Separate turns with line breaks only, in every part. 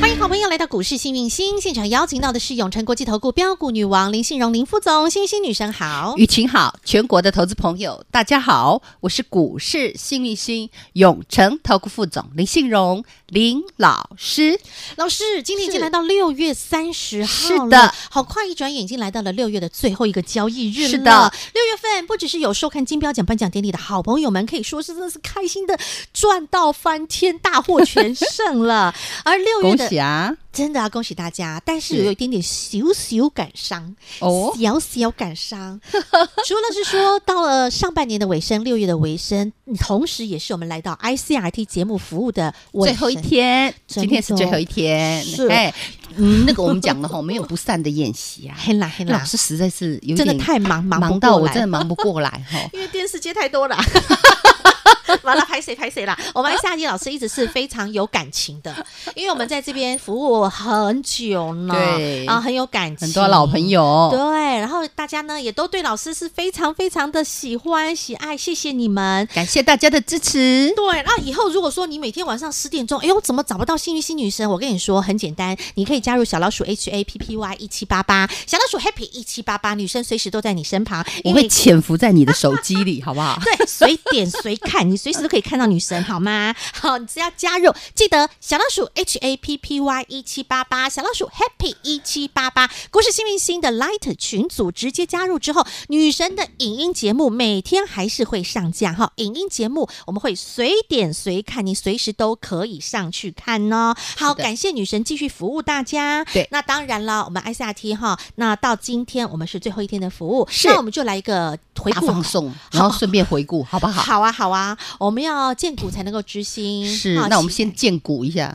欢迎好朋友来到股市幸运星现场，邀请到的是永诚国际投顾标股女王林信荣林副总，星星女神好。
雨晴好，全国的投资朋友大家好，我是股市幸运星永诚投顾副总林信荣林老师，
老师，今天已经来到六月三十号
是
了
的，
好快，一转眼已经来到了六月的最后一个交易日了。
是的，
六月份不只是有收看金标奖颁奖典礼的好朋友们，可以说是真的是开心的赚到翻天，大获全胜了。 而六月
恭
的
喜啊！
真的要恭喜大家，但是
是
有一点点小小感伤
哦
小小感 伤。除了是说到了上半年的尾声，六月的尾声，同时也是我们来到 ICRT 节目服务的尾
最
声
后一。天，
真的
今天是最后一天，
是
哎，嗯，那个我们讲了吼，没有不散的宴席啊。
黑啦黑
老
啦，
师实在是有
真的
点
太忙忙不
忙到
过
我
来。
真的忙不过来 吼
因为电视接太多 了。完了，拍谁拍谁啦！我们夏怡老师一直是非常有感情的，因为我们在这边服务很久呢，
对
啊，很有感情，
很多老朋友，
对，然后大家呢也都对老师是非常非常的喜欢喜爱，谢谢你们。
感谢大家的支持。
对，那以后如果说你每天晚上十点钟，哎呦，怎么找不到幸运星女神？我跟你说，很简单，你可以加入小老鼠 H A P P Y 一七八八，小老鼠 Happy 一七八八，女生随时都在你身旁，
我
因
会
为
潜伏在你的手机里，好不 好？
对，随点随看，你随时都可以看到女神，好吗？好，你只要加入，记得小老鼠 H A P P Y 一七八八，小老鼠 Happy 一七八八，股市幸运星的 Light 群组直接加入之后，女神的影音节目每天还是会上架哈，影音节目我们会随点随看，你随时都可以上去看哦。好，
是的
感谢女神继续服务大家。
对
那当然了，我们 ICRT 哈，那到今天我们是最后一天的服务，
是
那我们就来一个回
大
顾
放送，然后顺便回顾，好不好？
好啊，好啊，我们要见骨才能够知心。
是
好，
那我们
其
先荐股一下。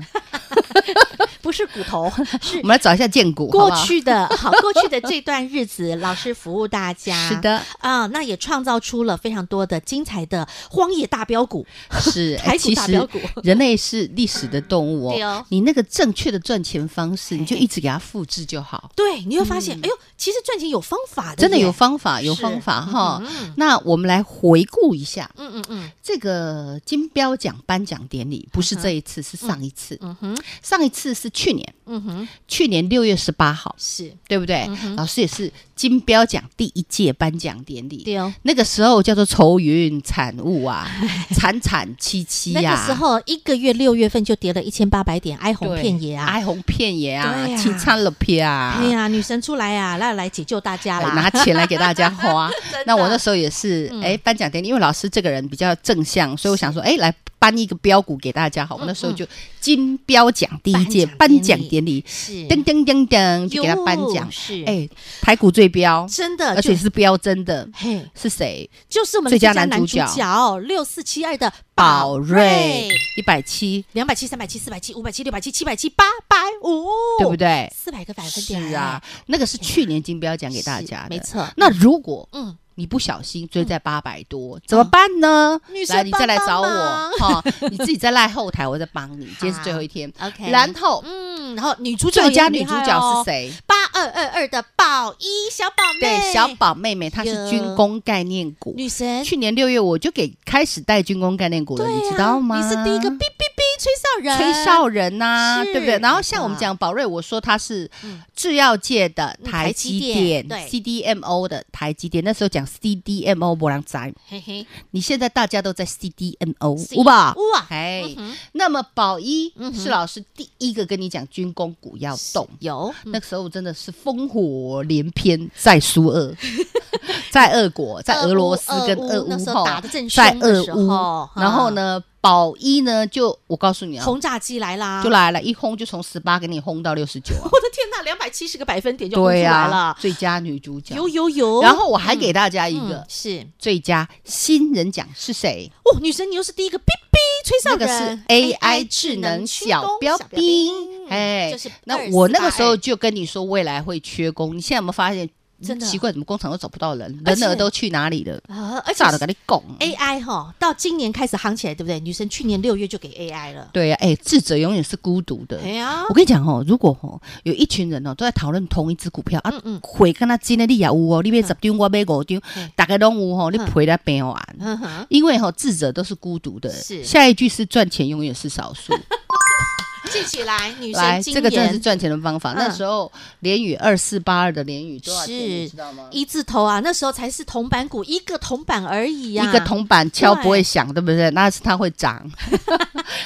不是骨 头，是
我们来找一下荐股，好
过
不好
去 的好，过去的这段日子，老师服务大家。
是。的，
啊、那也创造出了非常多的精彩的荒野大标股，
是
台
哎
股
其
大标
实
股
人类是历史的动物
对哦
哦，你那个正确的赚钱方式，你就一直给它复制就好。
对，你会发现，哎呦，其实赚钱有方法的耶，
嗯真的有方法，有
是
方法哈。
嗯
那我们来回顾一下
嗯嗯嗯
这个金标奖颁奖典礼，不是这一次，是上一次。
嗯哼
上一次是去年，
嗯哼，
去年六月十八号，
是
对不
嗯
对？老师也是金标奖第一届颁奖典礼。
对哦。
那个时候叫做愁云惨雾啊， 惨惨戚戚啊
那
呀、
个时候一个月六月份就跌了一千八百点，哀鸿
对哎
遍野啊！
哀鸿遍野啊
对，呀
凄惨了撇啊，
哎呀，女神出来啊，那来解救大家
哎
啦！
拿钱来给大家花
真的。嗯
那我那时候也是，哎，颁奖典礼，因为老师这个人比较正向，所以我想说，哎，来颁一个标股给大家好。我那时候就金标奖第一届
嗯颁
颁
奖
奖
典
典礼，
是
噔噔噔噔就给他颁奖
哟。啊是
哎，台股最标，
真的，
而且是标真的，
嘿，
是谁？
就是我们的
最
最
佳
佳男
男
主
主角
角六四七二的
宝瑞一百七，
两百七、三百七、四百七、五百七、六百七、七百七、八百五，
对不？对？
四百个百分
是
点哎
啊，，那个是去年金标奖给大
是
家的，
没错
那如果
嗯，
你不小心追在八百多，怎么办呢？
女生
来，你再来找我
帮忙
哈，你自己再赖后台，我再帮你。今天是最后 一天
OK
然后
嗯，然后女主角
最
也
佳
很
女
厉
主
害
角
哦
是？谁？
八二二二的宝一小宝妹，
对，小宝妹妹，她
哟
是军工概念股。
女神，
去年六月我就给开始带军工概念股了，
对啊
你知道吗？
你是第一个哔哔哔吹哨人，
吹哨人呐、
是嗯
对不对？然后像
哇
我们讲宝瑞，我说他是制药界的
嗯
台积
台积
电,、
电
CDMO 的台积电，那时候讲 CDMO 不让摘，
嘿嘿，
你现在大家都在 CDMO，五吧？
哇，
哎，
嗯哼
那么宝一
嗯哼
是老师第一个跟你讲军工股要动，
有嗯
那个时候真的是烽火连篇，在苏 俄，在俄国，在俄罗斯跟
俄
俄
乌
乌
那时候
吼
打得正
在
凶的
俄
时
乌
候，
然后呢，宝一呢就我告诉你啊，
轰炸机来啦，
就来了，一轰就从十八给你轰到六十九啊，
我的天呐，两百七十个百分点就轰出
对
来
呀
了，，
最佳女主角。
有有有。
然后我还给大家一
嗯
个
是
最佳新人奖是谁？
哦，女神你又是第一个哔哔崔
那
少
个
仁
是 AI 智能小标兵，哎
这，是
那我那个
28
时候就跟你说未来会缺工，你现在有没有发现？
真的
奇怪，怎么工厂都找不到人，
而
人
且
儿都去哪里了？
啊，而且
咋的跟你讲？
AI 哈，到今年开始夯起来，对不对？女生去年六月就给 AI 了。
对呀、哎，智者永远是孤独的。
哎呀
我，跟你讲哦，如果哦有一群人哦都在讨论同一只股票啊
嗯，嗯
会跟他真的你也有哦，你买十张，我买五张
嗯，
大家都有哦，你赔在边完。
嗯哼，
因为哈、哦、智者都是孤独的，
是
下一句是赚钱永远是 少数。
记起来，女
来，
生今
这个真的是
年
赚钱的方法。
嗯
那时候联宇二四八二的联宇多少钱，
是
你知道吗？
一字头啊，那时候才是铜板股，一个铜板而已呀、
一个铜板敲不会响，对不对？那是它会涨，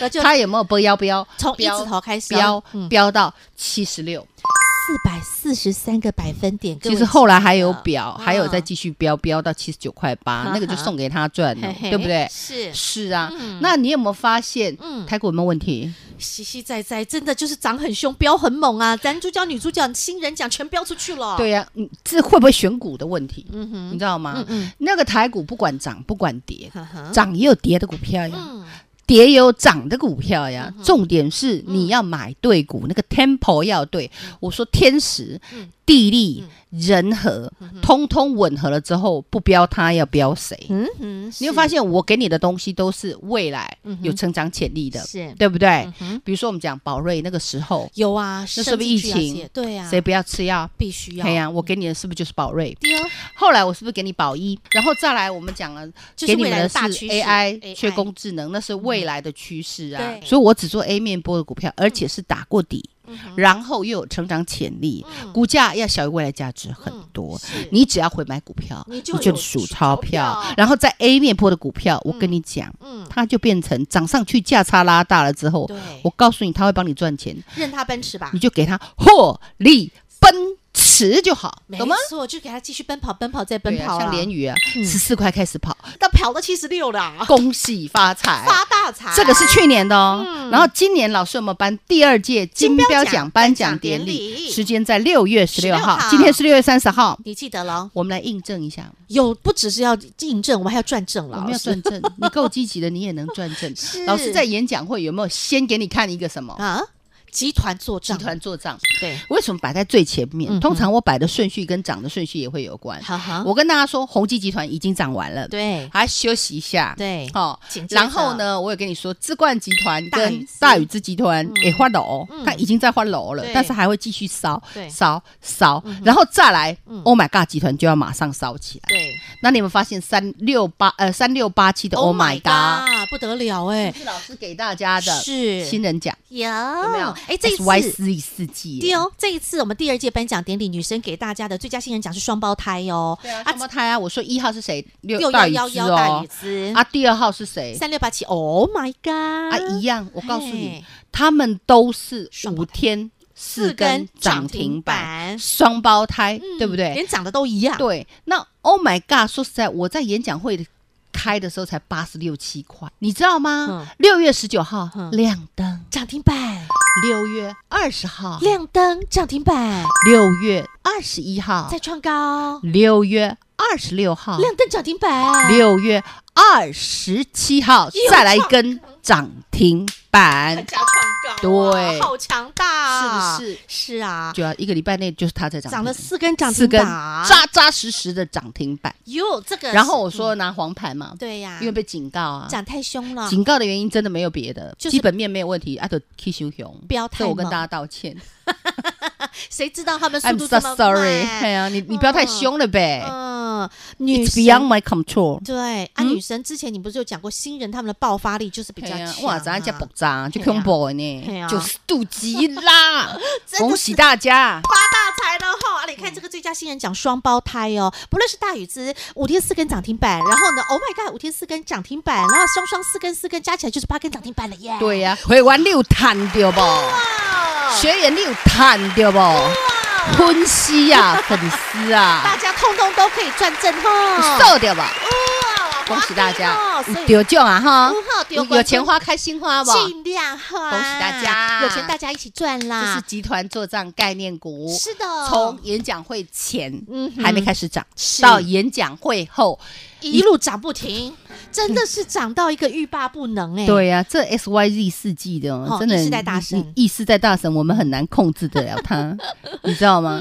那就
它有没有不腰标？
从一
标
字头开始
标
啊，嗯，
标到七十六，
四百四十三个百分点。各
其
位
实后来还有
记得
表，还有再继续标，标到七十九块八
嗯哈，
那个就送给他赚
嘿
了，
嘿
对不对？
是
是啊
嗯，
那你有没有发现
嗯
台股有没有问题？
实实在在，真的就是涨很凶，飙很猛啊！男主角、女主角、新人奖全飙出去了。，
对呀，嗯这会不会选股的问题？
嗯哼，
你知道
嗯
吗？
嗯，
那个台股不管涨不管跌，
哈哈，
涨也有跌的股票呀。
嗯，
跌也有涨的股票呀，重点是你要买对股，那个 tempo 要对。我说天时、
嗯
地利、人和，通通吻合了之后，不标它要标谁？
嗯哼，
你会发
现
现，我给你的东西都是未来
嗯哼
有成长潜力的，
是
对不对
嗯？哼
比如说我们讲宝瑞那个时候，
有啊，
那是
甚
不是
至
疫
去了
情
解对啊，
谁不要吃药？
必须要嗯
哎呀，我给你的是不是就是宝瑞？
丢，
后来我是不是给你宝一？然后再来我们讲了，
就是
给你
未
们
来
的
的
是
大趋势
AI 缺工智能，那是未来的趋势啊
嗯。对嗯
所以我只做 A 面波的股票，而且是打过底，然后又有成长潜力，股价要小于未来价值很多。
嗯是
你只要会买股票，
你
你
就有
就数钞
数
票
钞票，
然后在 A 面波的股票，我跟你讲，
嗯，
它就变成涨上去价差拉大了之后，
对，
我告诉你，它会帮你赚钱，
任他奔驰吧
你。就给它获利奔驰就好，
没
懂吗？
错，就给他继续奔跑，奔跑再奔
对
跑
啊，
啦
像连宇啊，
嗯
十四块开始跑，
那跑到七十 六了啊，
恭喜发财。
发大财。
这个是去年的哦，
嗯
然后今年老师我们颁第二届金标奖颁奖典
颁奖典
礼，
礼
时间在六月十六
16号
号，今天是六月三十号，
你记得了，
我们来印证一下，
有不只是要印证，我们还要赚证
我
了。
们要
老师
转正，你够积极的，你也能转 正
是。
老师在演讲会有没有先给你看一个什么
啊，集团做
哦集
账，
团做账？
对，
为什么摆在最前
嗯
面？
哼
通常我摆的顺序跟涨的顺序也会有关。
哈哈，
我跟大家说，宏基集团已经涨完了，
对
还休息一下。
对，
哦
紧，接着
然后呢，我有跟你说，资冠集团
大禹
跟
资
大禹资集团也发楼
嗯，
它已经在发楼了
对，
但是还会继续烧
对
烧烧，然后再来
嗯
，Oh my God 集团就要马上烧起来。
对
那你有没有发现三六八呃三六八七的 Oh my God
god，不得了哎，
是老师给大家的
是
新人奖
有
有
有
没有？
哎，这一
Y
次。
四一四季
对哦，这一次我们第二届颁奖典礼，女生给大家的最佳新人奖是双胞胎哦，
对啊，双胞胎啊，我说一号是谁？
六幺
六大禹
幺
资
幺大
哦
禹，资
啊，第二号是谁？
三六八七，Oh my
啊，
god！
一样，我告诉你
嘿，
他们都是
双胞
五
胎
天四根涨停板，
嗯
双胞胎，对不对？
连长得都一样，
对。那 Oh my God！说实在，我在演讲会开的时候才八十六七块，你知道吗？六月十九号
嗯
亮灯，
涨停板、
六月二十号，
亮灯、涨停板
六月二十一号
再，创高，
六月二十六号，
亮灯、涨停板，
六月二十七号
又
再来一
创
根涨停 板，
加创高啊，
对
好强大啊，
是不是
是啊，
就要一个礼拜内就是它在涨停
涨了四根涨
四
停
根
板，
扎扎实实的涨停板。
哟，这个是，嗯
然后我说拿黄牌嘛，
对呀
因，为被警告啊。
涨太凶了，
警告的原因真的没有别的，
就是
基本面没有问题，啊，都 K 熊熊，
不要太
所以我跟
猛
大家道歉
谁知道他们速
，I'm
度
so
这么
sorry，哎
快？
呀，你你不要太凶了呗
嗯，女
，It's
生
beyond my control，
对啊，
嗯
女生之前你不是有讲过新人他们的爆发力就是比较
哎呀
强，啊
哇，咱家爆炸就
嘿呀
c o
嘿呀
呢，九十度极啦，
啊 真的
恭喜大家，
发大财了哈！啊，你
嗯
看这个最佳新人奖双胞胎哦，不论是大禹之五天四根涨停板，然后呢，Oh my God，五天四根涨停板，然后双双四根四根加起来就是八根涨停板了耶！
对呀，会员你有赚到不？
哇，
学员你有赚到不？分析呀，粉丝啊，
大家通通都可以赚正哈！
你受掉吧？
哇，老
恭喜大家
哦所以，
有奖啊哈
有哈！有
有有钱花开心花吧，
尽量哈，
恭喜大家
有钱大家一起赚
这是
啦。
集团做账概念股。
是的，
从演讲会前
嗯哼
还没开始涨
是，
到演讲会后，
一路涨不停，真的是涨到一个欲罢不能哎。
对呀、啊，这 S Y Z 四季的哦
哦
真的
意识代大神
意意识在大神，我们很难控制得了 它，你知道吗？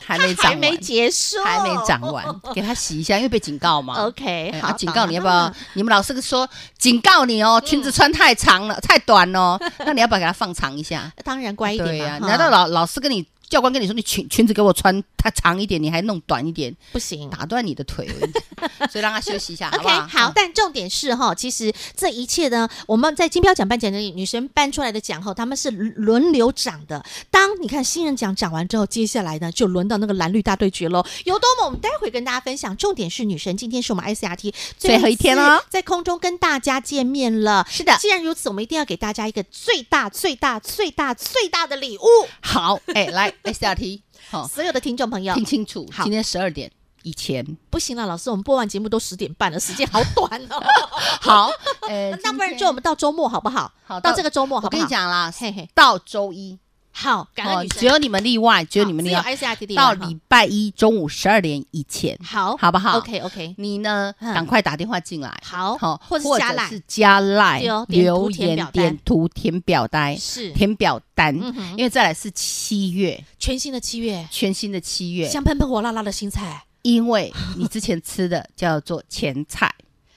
还没
嗯还
涨
没
完，
结束，
还没涨完，给他洗一下，因为被警告嘛。
OK，
哎
好，嗯
啊警告你要不
懂
要
了？
你们老师说警告你哦，裙子穿太长了，太短了哦，那你要不要给它放长一下？
当然乖一
对
点
呀
嘛，，
难道
了
老老师跟你教官跟你说你裙裙子给我穿它长一点，你还弄短一 点，
不行。
打断你的腿，我跟你讲 所以让他休息一下，好
OK，
不好？
好，但重点是哈，其实这一切呢，我们在金标奖颁奖典礼，女神颁出来的奖后，他们是轮流涨的。当你看新人奖涨完之后，接下来呢，就轮到那个蓝绿大对决喽。有多么，我们待会跟大家分享。重点是女神今天是我们 ICRT
最后一天
了，
咯
在空中跟大家见面了。
是的
既然如此，我们一定要给大家一个最大、最大、最大、最大的礼物。
好，哎，来 S R T，好，
所有哦的听众朋友，
听清楚，
啊好
今天十二点以前，
不行了，老师，我们播完节目都十点半了，时间好短哦。
好，呃
那不然
今天
就我们到周末好不好？
好
到
到
这个周末好
我
不
跟
好？
你，讲啦，
嘿嘿，
到周一，
好，感恩
哦
女，神，
只有你们例外，只有你们例
有
外，
ICRT 例外
到
哈
礼拜一中午十二点以前，
好，
好不好
OK OK，
你呢，
嗯
赶快打电话进来，
好
好，
或者是加 line
是加赖
对哦点图
留
填表
言
单
点图填表单，
是
填表单，
嗯哼
因为再来是七月，
全新的七月，
全新的七月，
香喷喷火辣辣的新菜，
因为你之前吃的叫做前菜，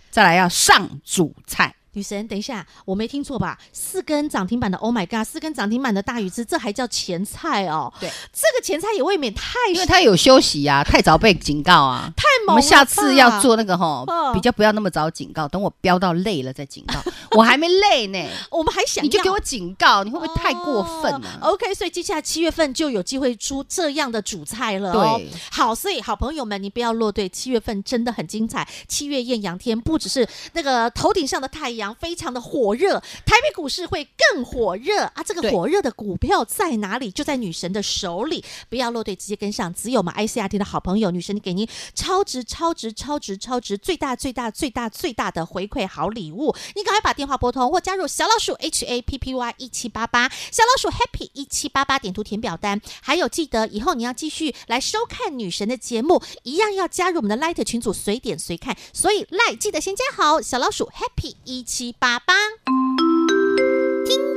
再来要上主 菜。
女神，等一下，我没听错吧？四根涨停板的，Oh my god，四根涨停板的大禹之，这还叫前菜哦？
对，
这个前菜也未免太
因为他有休息啊，太早被警告 啊。
太猛了吧
我们下次要做那个吼
嗯，
比较不要那么早警告，等我飙到累了 再警告。我还没累呢，
我们还想
你就
要
给我警告，你会不会太过分啊了、
哦 OK，所以接下来七月份就有机会出这样的主菜了、哦。
对，
好，所以好朋友们，你不要落队，七月份真的很精彩。七月艳阳天，不只是那个头顶上的太阳非常的火热，台北股市会更火热啊！这个
对
火热的股票在哪里？就在女神的手里，不要落队，直接跟上。只有我们 ICRT 的好朋友，女神给您超值、超值、超值、超值，最大、最大、最大、最大的回馈好礼物。你赶快把电话拨通，或加入小老鼠 H A P P Y 一七八八，小老鼠 Happy 一七八八点图填表单。还有记得以后你要继续来收看女神的节目，一样要加入我们的 Light 群组，随点随看。所以 Light 记得先加好小老鼠 Happy 一七八八。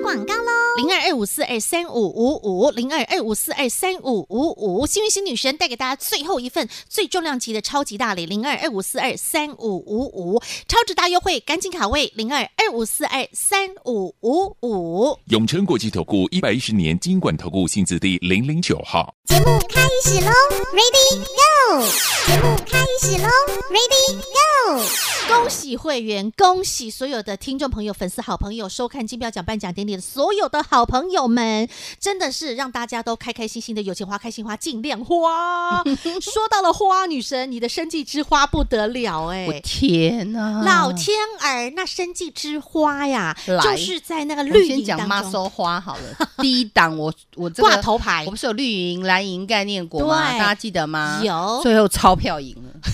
广告喽，零二二五四二三五五五，零二二五四二三五五五，幸运星女神带给大家最后一份最重量级的超级大礼，零二二五四二三五五五，超值大优惠，赶紧卡位，零二二五四二三五五五。
永诚国际投顾一百一十年金管投顾性质第零零九号。
节目开始喽，Ready Go！节目开始喽，Ready Go！
恭喜会员，恭喜所有的听众朋友、粉丝、好朋友，收看金标奖颁奖典礼的所有的好朋友们，真的是让大家都开开心心的，有钱花，开心花，尽量花。 说到了花女神，你的生计之花不得了哎、
我天哪、
老天儿，那生计之花呀，
嗯来
就是在那个
我
绿
先
营
讲妈
当中
收花好了，第一档我我这个
挂头牌
我不是有绿营、蓝营概念股吗？
哎对
大家记得吗？
有
最后钞票赢 了。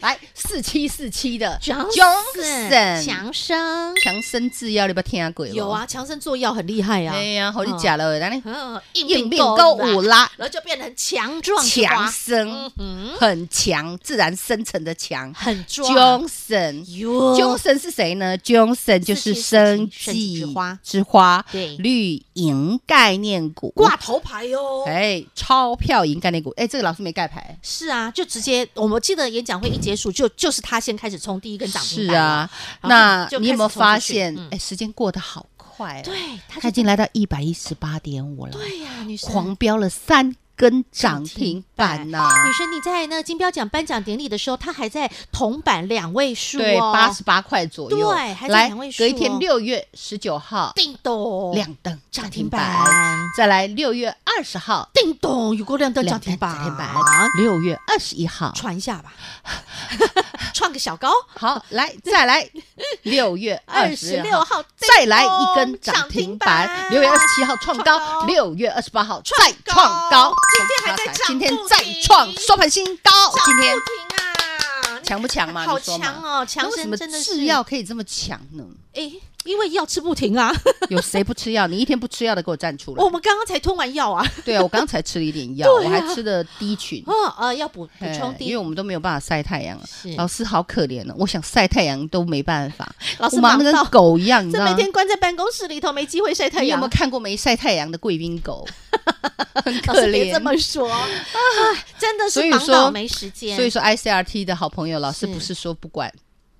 来四七四七的
Johnson 强生
强生制药，你不听下鬼？
有，啊，强生做药很厉害呀、
哎呀，好你假了，然后
嗯，
应变
购
购
物
物
啦，
啦，
然后就变得很强壮之花
强生
嗯，
很强，自然生成的强。
很壮。啊
Johnson
哟
Johnson 是谁呢？Johnson 就是生
生计
计
之花
之花，
对
绿营概念股
挂头牌哦哟、
哎，钞票赢概念股，哎，这个老师没盖牌。
是啊，就直接我们记得演讲会一结束，就就是他先开始冲第一根涨停
是
板了
啊，，
然后
那
就
你有没有
开始冲出
发
去
现
嗯？
哎，时间过得好快哦，
对，他
它已
就
经来到一百一十八点五了，
对呀、女生
狂飙了三根涨停板呐，
女啊生，你在那个金标奖颁奖典礼的时候，他还在铜板两位数
对，
哦，
八十八块左右，
对还在
来
两位，数
隔一天
哦
六月十九号
叮咚
亮灯
涨
涨
停
停
板
板，，再来六月二十号
叮咚有过亮灯涨
亮
停
灯
板，
涨停板，六月二十一号
传一下 吧，创个小高，
好，来 再来六月
二
二
十
十
六
六
号
号，
叮
再来一根
咚
涨停
涨停板
板，六月二十七号创
创
高
高，
六月二十八号
创
再
高
创高，
今天还在
今
涨
天
不
再
停
创收盘新高，今天
涨不停啊！
强不强嘛？
好
你说嘛
强哦，强
那为什
生
么
真的是
制药可以这么强呢？
哎，因为药吃不停啊，
有谁不吃药？你一 天不吃药的，给我站出 来
我！们刚刚才吞完药 啊，
对啊，我刚才吃了一点药，
哦 对
我
啊
还吃了 D 群，
哦呃，要补补
哎
充
因为
D，
我们都没有办法晒太阳啊
是。
老师好可怜哦，我想晒太阳都没办法，
老师
我忙
忙
得
到
跟狗一样，你知
这
道
每
吗？
天关在办公室里头，没机会晒太
嗯你有
阳
没有。看过没晒太阳的贵宾 狗？很
老
可
师别
怜
这。么 说，啊，真的
所
是
以
忙到
说
没时间，
所以说，ICRT 的好朋友老师
是
不是说不管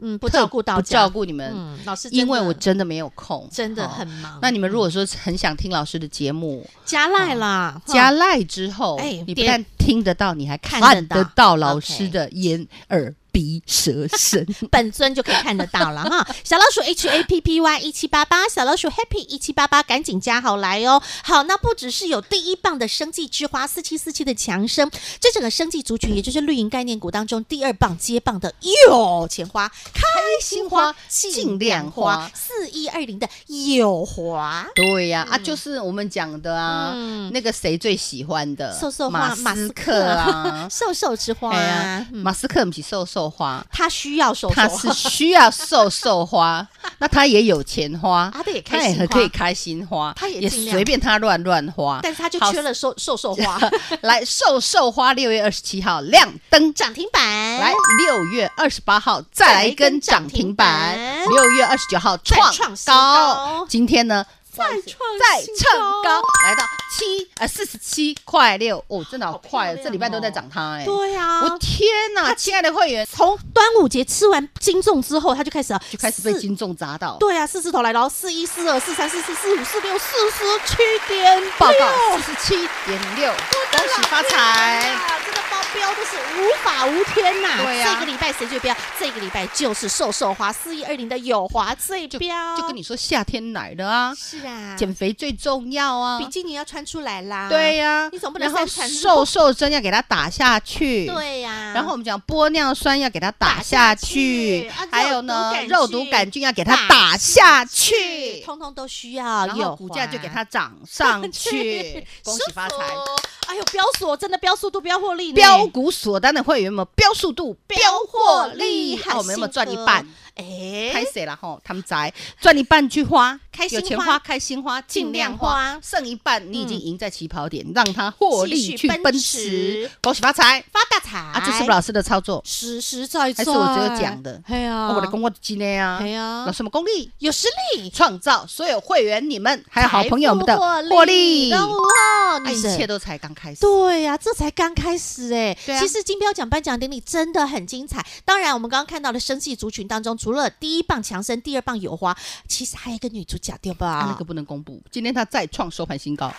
嗯，不照顾到
不
家
照，顾你们，
嗯，老师真的，
因为我真的没有空，
真的
哦
很忙。
那你们如果说很想听老师的节目，
加赖啦，哈
加赖之后，
哎
你不
点
但听得到，你还
看
看
得到
得到老
OK
师的眼、耳、鼻、舌、 身。
本尊就可以看得到了哈。 小老鼠 H A P P Y 一七八八，小老鼠 Happy 一七八八，赶紧加好来哦。好，那不只是有第一棒的生计之花四七四七的强生，这整个生计族群，也就是绿营概念股当中第二棒接棒的有钱花、开心花、尽
尽
量
量
花
花、
四一二零的友华。
对呀、啊，就是我们讲的啊，
嗯
那个谁最喜欢的
瘦瘦花，
马斯克啊
瘦瘦之花
哎呀
啊，，嗯
马斯克不是瘦瘦花，
他需要瘦瘦
他
花，
是需要瘦瘦花，那他也有钱花，
啊他也开
他
心花
也可以开心花，
他也
也
尽量
随便他乱乱花，
但是他就
好
缺了瘦瘦瘦花
来瘦瘦花六月二十七号亮灯。
涨停板，
来，六月二十八号再来一根涨停
再来一
板
根涨停板，
六月二十九号
再创
创
新高
高，今天呢
再创
再
新
趁高，来到七呃四十七块六，哦，真的好快
好漂
哦，
亮
这礼拜都在涨它哎，
对啊呀、
我天哪，亲爱的会员
从端午节吃完金粽之后，他就开始啊，就
就开始被金重砸到，
对啊，四字头来了，然后四一、四二、四三、四四、四五、四六、四十七点六
报告四十七点六，恭喜发财。
啊，这个包标就是无法无天呐、
对啊
这个礼拜谁最标？这个礼拜就是瘦瘦华四一二零的友华最
就
标，
就跟你说夏天来了啊，
是啊，
减肥最重要啊
比。基尼要穿出来啦。
对、呀、
啊你总不能
然后
三餐
瘦瘦针要给它打下去。。
对呀、
然后我们讲玻尿酸要给它打下去，
打下去啊
还有呢
肉
肉
毒
毒
杆
杆
菌
菌要给它打下去，
通通都需要
然
有，
后股价就给它涨上 去，恭喜发财！
舒服！哎呦，标锁真的标速度标获利呢，
标股锁单的会员们，标速度、标获利，
好
啊我们有没有
幸
赚一
福
半？
哎
拍，谁了吼？他们宅赚一半去花，
开心
有钱
花
花，开心花，
尽
尽量
量花
花，剩一半你已经赢在起跑点，让它获
继续
利去
奔
奔
驰
驰，恭喜发财！
发大财
啊，这是不是老师的操作？
实实在在，
还是我只有讲的
哎呀，
哦我的公我的今天啊
哎，呀
老师们功力
有实力，
创造所有会员你们还有好朋友们的
财富
获利，
然
啊
后
一
你
切都才刚开始。
对呀、这才刚开始哎、
对啊
其实金标奖颁奖典礼真的很精彩。当然，我们刚刚看到的生系族群当中，除了第一棒强生，第二棒有花，其实还有一个女主角对吧？
啊，那个不能公布。今天他再创收盘新高，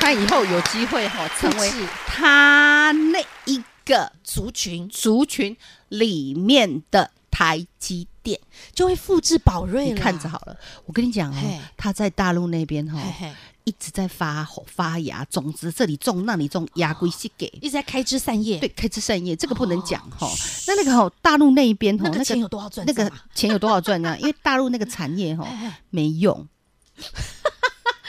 他以后有机会哈、成为
复制
他那一个
族群
族群里面的台积电。
就会复制宝瑞
你
了，
看着好了，我跟你讲
嘿
哦，他在大陆那边哈、哦
嘿嘿
一直在发发芽，种子这里种那里种，芽归西给。
一直在开枝散叶，
对，开枝散叶这个不能讲哈、那那个哈、大陆哦那一边哈、
哦那个钱有多少啊赚？
那个哦
是吗
钱有多少 赚呢？因为大陆那个产业哈、没用，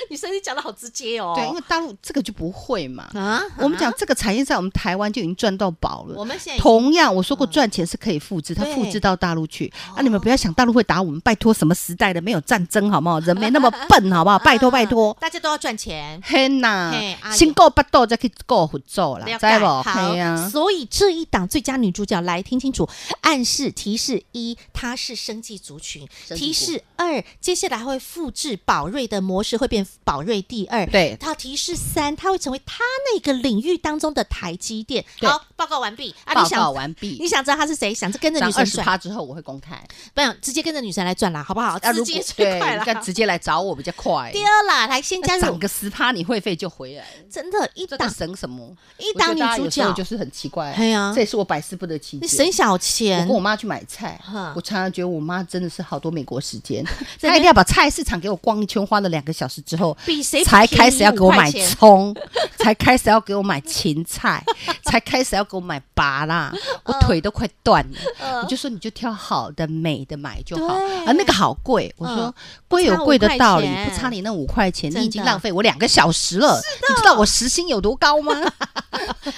你甚至讲的好直接哦。
对，因为大陆这个就不会嘛。
啊，
我们
啊
讲这个产业在我们台湾就已经赚到饱了。
我们现在已经嗯
同样，我说过赚钱是可以复制，它
对哦
复制到大陆去啊！你们不要想大陆会打我们，拜托，什么时代了，没有战争好不好？人没那么笨好不好？拜托拜托
啊，大家都要赚钱。
嘿呐
嘿哎呦，
先够八道再去够福州啦，
了
知道
解
不？
好，
嘿呀，
所以这一档最佳女主角来听清楚，暗示提示一，她是生计族群；
生技
提示二，接下来会复制宝瑞的模式，会变宝瑞第二。
对
然后提示三，她会成为她那个领域当中的台积电。
对
好，报告完毕。啊，
报
你
告
想，
完毕
你。想知道她是谁？想哦着跟着
涨
女神
二十
转，
趴之后我会公开，
不想直接跟着女神来转啦，好不好？
啊，
直
如果
接
对，
最快
应该
啦。
直接来找我比较快。
第二啦，来先加
那
入
涨，个十趴，你会费就回来了，
真的，一
这个
档
省什么？
一
我觉
档
得
女
大家
主
有时候
角
就，是很奇怪，
嘿呀
这也是我百思不得其解。
你省小
我
钱
跟，我妈去买菜
哈，
我常常觉得我妈真的是好多美国时间，
真的
她一定要把菜市场给我逛一圈，花了两个小时之后，
比谁
才
便宜
开始要给
5
我
块
买
钱
葱， 才开始要给我买芹 菜，才开始要给我买拔啦，
嗯
我腿都快断了。我就说你就挑好的、美的买就好
对
啊，那个好贵。我
嗯
说贵有贵的道理
差5块，钱
不差你那五块钱，
真的
你已经浪费我两个小时了。你知道我时薪有多高吗？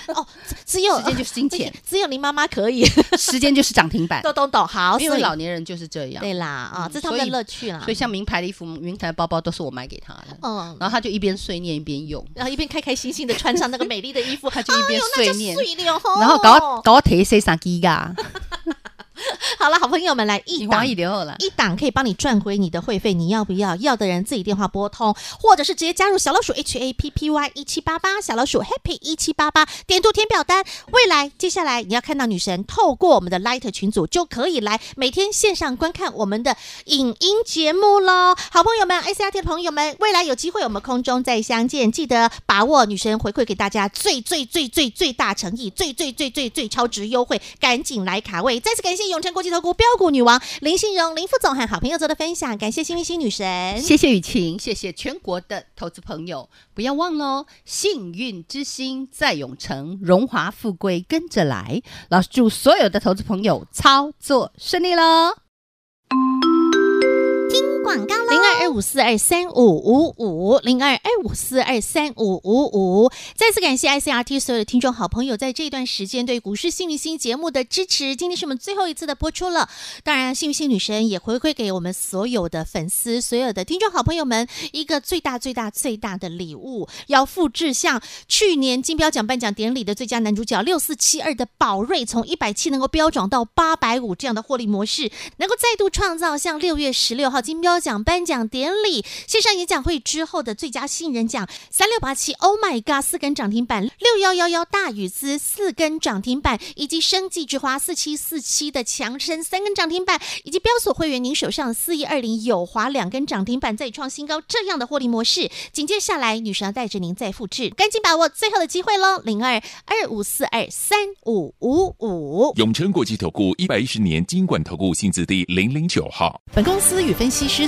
哦，只有
时间就是金钱，
只有林妈妈可 以，
时间就是涨停板，
都懂懂好，
因
所
为
以
老年人就是这样。
对啦啊，
嗯
这是他们的
所以
乐趣啦
所以。像名牌的衣服、名牌的包包都是我买给他的，
嗯，
然后他就一边碎念一边用，
然后一边开开心心的穿上那个美丽的衣服，
他就一边碎念
哎呦那叫碎了吼
然后搞我搞我提些啥鸡嘎，
好了，好朋友们来一
你
档
黄一流后了。
一档可以帮你赚回你的会费，你要不要？要的人自己电话拨通，或者是直接加入小老鼠 H A P P Y 一七八八，小老鼠 Happy 一七八八，点入填表单。未来接下来你要看到女神透过我们的 Light 群组就可以来每天线上观看我们的影音节目喽。好朋友们，S 哎 R T 的朋友们，未来有机会我们空中再相见，记得把握女神回馈给大家最最最最最大诚意、最最最最最超值优惠，赶紧来卡位！再次感谢永诚国际投顾标股女王林信荣林副总和好朋友做的分享，感谢幸运星女神。
谢谢雨晴，谢谢全国的投资朋友，不要忘了哦，幸运之星在永城，荣华富贵跟着来。老师祝所有的投资朋友操作顺利喽！
广告喽。
零二二五四二三五五五，零二二五四二三五五五。再次感谢 ICRT 所有的听众好朋友在这段时间对股市幸运星节目的支持，今天是我们最后一次的播出了。当然，幸运星女神也回馈给我们所有的粉丝、所有的听众好朋友们一个最大、最大、最大的礼物，要复制像去年金标奖颁奖典礼的最佳男主角六四七二的宝瑞，从一百七能够飙涨到八百五这样的获利模式，能够再度创造像六月十六号金标奖颁奖典礼线上演讲会之后的最佳新人奖三六八七，Oh my god，四根涨停板，六幺幺幺大禹资四根涨停板，以及生计之花四七四七的强生三根涨停板，以及标锁会员您手上四一二零友华两根涨停板再创新高，这样的获利模式，紧接下来女神要带着您再复制，赶紧把握最后的机会喽，零二二五四二三五五五。
永诚国际投顾一百一十年金管投顾新字第零零九号。
本公司与分析师